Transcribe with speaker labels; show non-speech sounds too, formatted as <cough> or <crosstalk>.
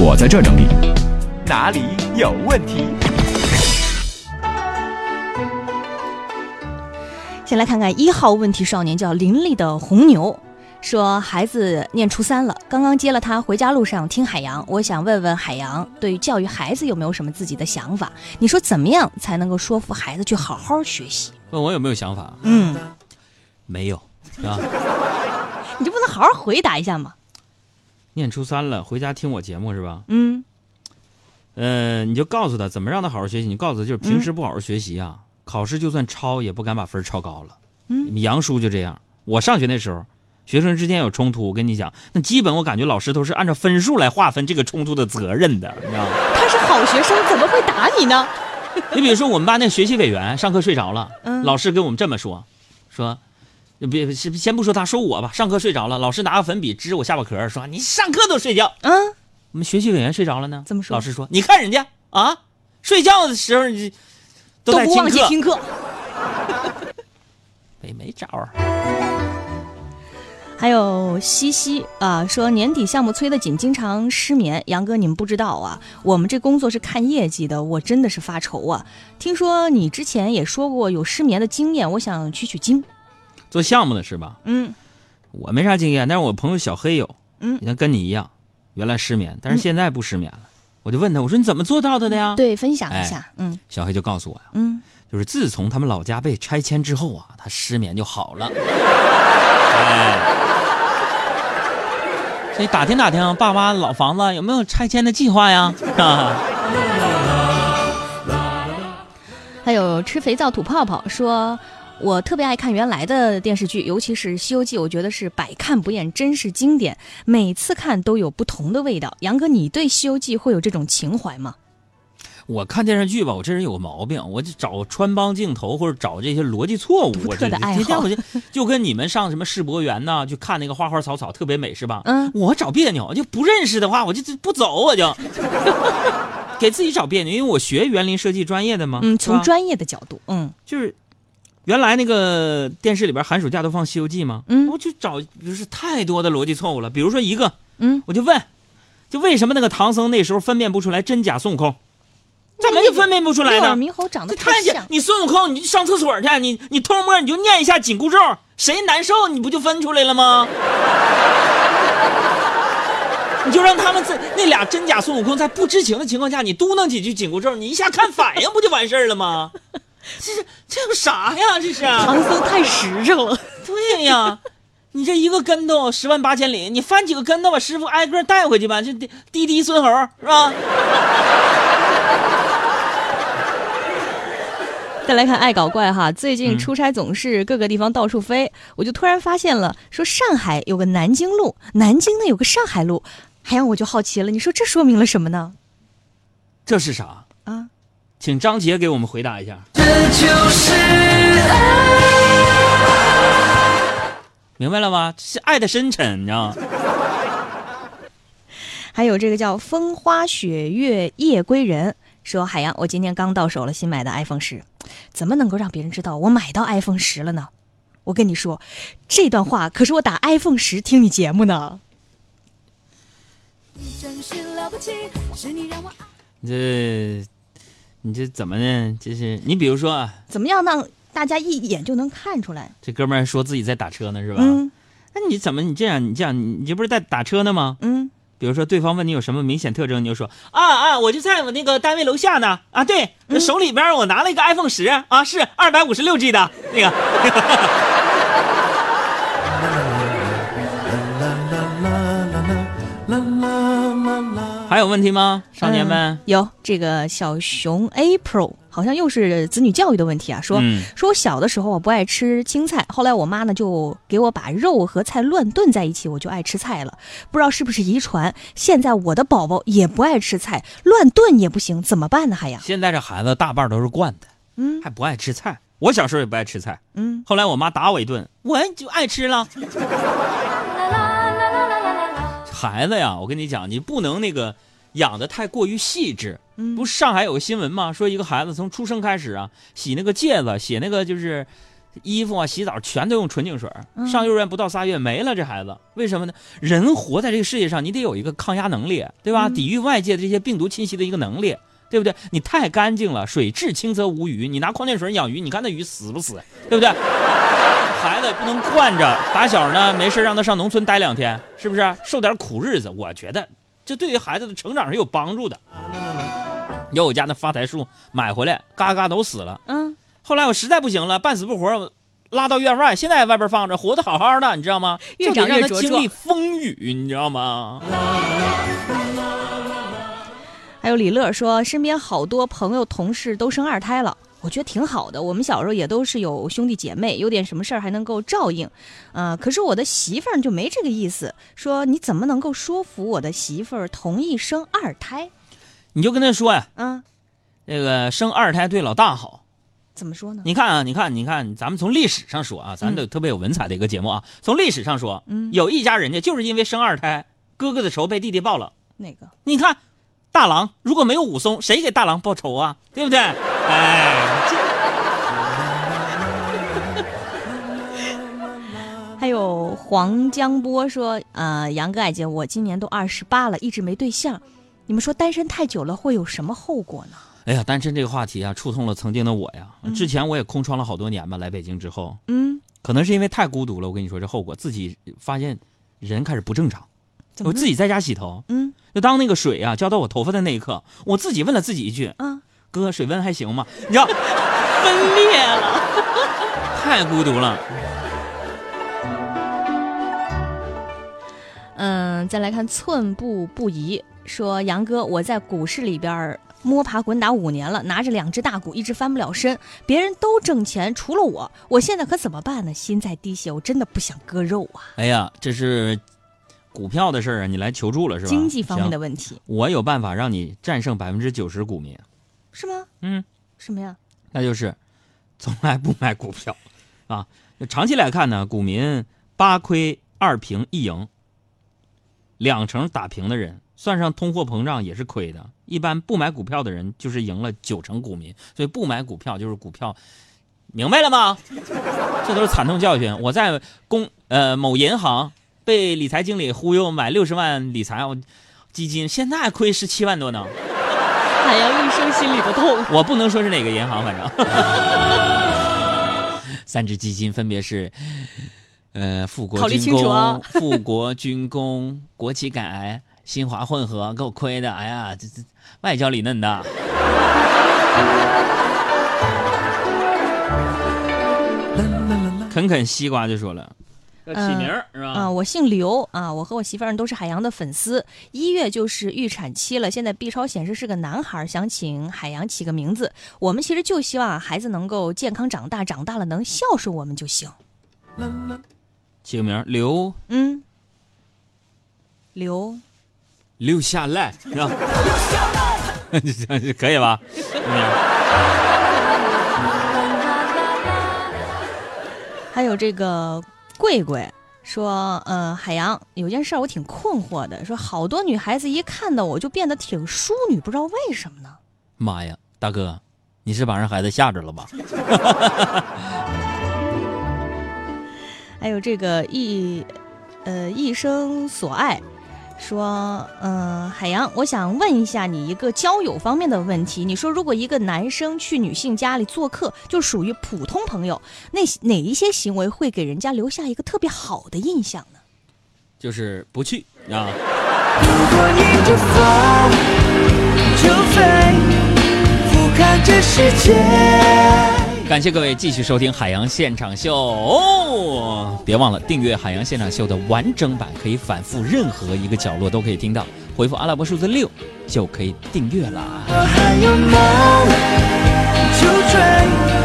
Speaker 1: 我在这整理。
Speaker 2: 哪里有问题？
Speaker 3: 先来看看一号问题少年，叫林立的红牛，说孩子念初三了，刚刚接了他回家路上听海洋，我想问问海洋对于教育孩子有没有什么自己的想法？你说怎么样才能够说服孩子去好好学习？
Speaker 4: 问我有没有想法？
Speaker 3: 嗯，
Speaker 4: 没有啊。
Speaker 3: 你就不能好好回答一下吗？
Speaker 4: <laughs> 念初三了，回家听我节目是吧？
Speaker 3: 嗯，
Speaker 4: 嗯、你就告诉他怎么让他好好学习。你告诉他就是平时不好好学习啊，考试就算抄也不敢把分儿抄高了。
Speaker 3: 嗯，
Speaker 4: 杨叔就这样。我上学那时候，学生之间有冲突，我跟你讲，那基本我感觉老师都是按照分数来划分这个冲突的责任的，你知道
Speaker 3: <laughs>
Speaker 4: 吗？
Speaker 3: 他是好学生，怎么会打你呢？
Speaker 4: 你比如说，我们班那学习委员上课睡着了，
Speaker 3: 嗯
Speaker 4: 老师跟我们这么说，说，呃别先先不说他，说我吧，上课睡着了，老师拿个粉笔支我下巴壳，说你上课都睡觉。
Speaker 3: 嗯，
Speaker 4: 我们学习委员睡着了呢，
Speaker 3: 怎么说
Speaker 4: 老师说，你看人家啊，睡觉的时候你都
Speaker 3: 都
Speaker 4: 在
Speaker 3: 不
Speaker 4: 听
Speaker 3: 忘记
Speaker 4: 课，
Speaker 3: 听课。
Speaker 4: 没没招儿。
Speaker 3: 还有西西啊、说年底项目催得紧，经常失眠。杨哥，你们不知道啊，我们这工作是看业绩的，我真的是发愁啊。听说你之前也说过有失眠的经验，我想取取经。
Speaker 4: 做项目的是吧？
Speaker 3: 嗯，
Speaker 4: 我没啥经验，但是我朋友小黑有，
Speaker 3: 嗯
Speaker 4: 你看跟你一样，原来失眠，但是现在不失眠了。我就问他，我说你怎么做到的的呀？，
Speaker 3: 对，分享一下。嗯
Speaker 4: 小黑就告诉我呀，
Speaker 3: 嗯，
Speaker 4: 就是自从他们老家被拆迁之后啊，他失眠就好
Speaker 3: <laughs>
Speaker 4: 了。哎，所以打听打听爸妈老房子有没有拆迁的计划呀？ <laughs> 啊，
Speaker 3: 还有吃肥皂吐泡泡说。我特别爱看原来的电视剧，尤其是《西游记》，我觉得是百看不厌，真是经典。每次看都有不同的味道。杨哥，你对《西游记》会有这种情怀吗？
Speaker 4: 我看电视剧吧，我这人有个毛病，我就找穿帮镜头或者找这些逻辑错误。
Speaker 3: 独
Speaker 4: 我
Speaker 3: 特
Speaker 4: 这
Speaker 3: 的爱好
Speaker 4: 这天我就就跟你们上什么世博园呐、去看那个花花草草特别美是吧？
Speaker 3: 嗯
Speaker 4: 我找别扭，就不认识的话，我就就不走，
Speaker 3: <laughs>
Speaker 4: 我就给自己找别扭，因为我学园林设计专业的嘛。
Speaker 3: 嗯，
Speaker 4: 是啊吧
Speaker 3: 从专业的角度，嗯
Speaker 4: 就是原来那个电视里边寒暑假都放《西游记》吗？
Speaker 3: 嗯
Speaker 4: 我就找就是太多的逻辑错误了。比如说一个，
Speaker 3: 嗯，
Speaker 4: 我就问，就为什么那个唐僧那时候分辨不出来真假孙悟空？怎么就分辨不出来
Speaker 3: 六耳
Speaker 4: 呢？
Speaker 3: 猕猴长得
Speaker 4: 这
Speaker 3: 太
Speaker 4: 太
Speaker 3: 像
Speaker 4: 简，，你孙悟空，你上厕所去，你你偷摸你就念一下紧箍咒，谁难受你不就分出来了吗？ <laughs> 你就让他们在那俩真假孙悟空在不知情的情况下，你嘟囔几句紧箍咒，你一下看反应不就完事儿了吗？ <laughs> 这是这有啥呀？这是啊
Speaker 3: 唐僧太实诚了。
Speaker 4: 对呀，你这一个跟头十万八千里，你翻几个跟头把师傅挨个带回去吧，这滴滴滴孙猴是吧？
Speaker 3: 再来看爱搞怪哈，最
Speaker 4: 嗯
Speaker 3: 近出差总是各个地方到处飞，我就突然发现了，说上海有个南京路，南京呢有个上海路，还让我就好奇了，你说这说明了什么呢？
Speaker 4: 这是啥？
Speaker 3: 啊，
Speaker 4: 请张杰给我们回答一下。这就是爱。明白了吧？这是爱的深沉，你知道吗？
Speaker 3: 还有这个叫风花雪月夜归人。说海洋，我今天刚到手了新买的 iPhone 十，怎么能够让别人知道我买到 iPhone 十了呢？我跟你说，这段话可是我打 iPhone 十听你节目呢。
Speaker 5: 你真是了不起，是你让我爱。
Speaker 4: 你这，你这怎么呢？这是你比如说啊，
Speaker 3: 怎么样让大家一眼就能看出来？
Speaker 4: 这哥们儿说自己在打车呢，是吧？
Speaker 3: 嗯
Speaker 4: 那你怎么你这样你这样你这不是在打车呢吗？
Speaker 3: 嗯，
Speaker 4: 比如说对方问你有什么明显特征，你就说啊啊，我就在我那个单位楼下呢。啊，对，手里边我拿了一个 iPhone 十啊，是二百五十六 G 的那个。 <laughs> 还有问题吗，少年们
Speaker 3: 嗯？有这个小熊 April，好像又是子女教育的问题啊，说、
Speaker 4: 嗯
Speaker 3: 说我小的时候我不爱吃青菜，后来我妈呢就给我把肉和菜乱炖在一起，我就爱吃菜了。不知道是不是遗传，现在我的宝宝也不爱吃菜，乱炖也不行，怎么办呢？还呀，
Speaker 4: 现在这孩子大半都是惯的，
Speaker 3: 嗯
Speaker 4: 还不爱吃菜。我小时候也不爱吃菜，
Speaker 3: 嗯，
Speaker 4: 后来我妈打我一顿，我就爱吃了。
Speaker 5: 啦啦啦啦啦啦啦啦。
Speaker 4: 孩子呀，我跟你讲，你不能那个养的太过于细致。
Speaker 3: 嗯
Speaker 4: 不是上海有个新闻吗？说一个孩子从出生开始啊，洗那个戒子，写那个就是衣服啊、洗澡全都用纯净水儿。
Speaker 3: 嗯
Speaker 4: 上幼儿园不到仨月没了，这孩子为什么呢？人活在这个世界上，你得有一个抗压能力，对吧？
Speaker 3: 嗯
Speaker 4: 抵御外界的这些病毒侵袭的一个能力。对不对？你太干净了，水至清则无鱼。你拿矿泉水养鱼，你看那鱼死不死？对不 <laughs> 对？孩子不能惯着，打小呢没事让他上农村待两天，是不是？受点苦日子，我觉得这对于孩子的成长是有帮助的。要我家那发财树买回来，嘎嘎都死了。
Speaker 3: 嗯，
Speaker 4: 后来我实在不行了，半死不活，我拉到院外，现在外边放着，活得好好的，你知道吗？
Speaker 3: 越
Speaker 4: 就
Speaker 3: 长
Speaker 4: 得让
Speaker 3: 越
Speaker 4: 他
Speaker 3: 茁
Speaker 4: 经历
Speaker 3: 壮。
Speaker 4: 风雨，你知道吗？
Speaker 3: 还有李乐说，身边好多朋友同事都生二胎了。我觉得挺好的，我们小时候也都是有兄弟姐妹，有点什么事儿还能够照应，呃，可是我的媳妇儿就没这个意思，说你怎么能够说服我的媳妇儿同意生二胎？
Speaker 4: 你就跟他说呀、
Speaker 3: 啊，
Speaker 4: 那个生二胎对老大好。
Speaker 3: 怎么说呢？
Speaker 4: 你看啊，你看，你看，咱们从历史上说啊，咱们得特别有文采的一个节目啊。从历史上说，
Speaker 3: 嗯
Speaker 4: 有一家人家就是因为生二胎，哥哥的仇被弟弟报了。
Speaker 3: 那个？
Speaker 4: 你看，大郎如果没有武松，谁给大郎报仇啊？对不对？哎，
Speaker 3: 还有黄江波说，呃，杨哥爱姐，我今年都二十八了，一直没对象，你们说单身太久了会有什么后果呢？
Speaker 4: 哎呀，单身这个话题啊，触痛了曾经的我呀。之前我也空窗了好多年吧，来北京之后，
Speaker 3: 嗯，
Speaker 4: 可能是因为太孤独了。我跟你说，这后果自己发现人开始不正常。
Speaker 3: 怎么
Speaker 4: 我
Speaker 3: 了
Speaker 4: 自己在家洗头，
Speaker 3: 嗯
Speaker 4: 就当那个水啊浇到我头发的那一刻，我自己问了自己一句
Speaker 3: 啊，：“
Speaker 4: 哥，水温还行吗？”你知
Speaker 3: <laughs>
Speaker 4: 道，
Speaker 3: 分裂了。
Speaker 4: 太孤独了。
Speaker 3: 嗯，再来看寸步不移，说杨哥，我在股市里边儿摸爬滚打五年了，拿着两只大股一直翻不了身，别人都挣钱，除了我，我现在可怎么办呢？心在滴血，我真的不想割肉啊！
Speaker 4: 哎呀，这是股票的事儿啊，你来求助了是吧？
Speaker 3: 经济方面的
Speaker 4: 行，
Speaker 3: 问题
Speaker 4: 我有办法让你战胜百分之九十股民，
Speaker 3: 是吗？
Speaker 4: 嗯，
Speaker 3: 什么 <laughs> 呀？
Speaker 4: 那就是 <laughs> 从来不买股票啊。长期来看呢，股民八亏二平一赢，两成打平的人，算上通货膨胀也是亏的。一般不买股票的人就是赢了九成股民，所以不买股票就是股票，明白了吗？ <laughs> 这都是惨痛教训。我在公呃某银行被理财经理忽悠买六十万理财我基金，现在亏十七万多呢。
Speaker 3: 海洋一生心里的痛。
Speaker 4: 我不能说是哪个银行，反正 <laughs> 三只基金分别是，呃，富
Speaker 3: 考
Speaker 4: 国
Speaker 3: 虑
Speaker 4: 军
Speaker 3: 清楚
Speaker 4: 工、
Speaker 3: 啊
Speaker 4: 富国军工、 <laughs> 国企改、新华混合，够亏的。哎呀，这这外焦里嫩的。啃啃西瓜就说了，要
Speaker 3: 起名
Speaker 4: 儿是
Speaker 3: 啊，？我姓刘啊，我和我媳妇儿都是海洋的粉丝。一月就是预产期了，现在 B 超显示是个男孩儿，想请海洋起个名字。我们其实就希望啊孩子能够健康长大，长大了能孝顺我们就行。
Speaker 4: 起个名儿刘
Speaker 3: 嗯，刘
Speaker 4: 留下来，是吧？ <laughs> 可以吧？嗯
Speaker 3: 还有这个贵贵说，呃，海洋有件事儿我挺困惑的，说好多女孩子一看到我就变得挺淑女，不知道为什么呢？
Speaker 4: 妈呀，大哥，你是把人孩子吓着了吧？
Speaker 3: 还有这个一，呃，一生所爱，说，嗯、海洋，我想问一下你一个交友方面的问题。你说，如果一个男生去女性家里做客，就属于普通朋友，那哪一些行为会给人家留下一个特别好的印象呢？
Speaker 4: 就是不去啊。
Speaker 1: 如果你就放，就飞，俯瞰这世界。
Speaker 4: 感谢各位继续收听《海洋现场秀》哦，别忘了订阅《海洋现场秀》的完整版，可以反复任何一个角落都可以听到。回复阿拉伯数字六就可以订阅啦。
Speaker 1: 我还有梦，就追，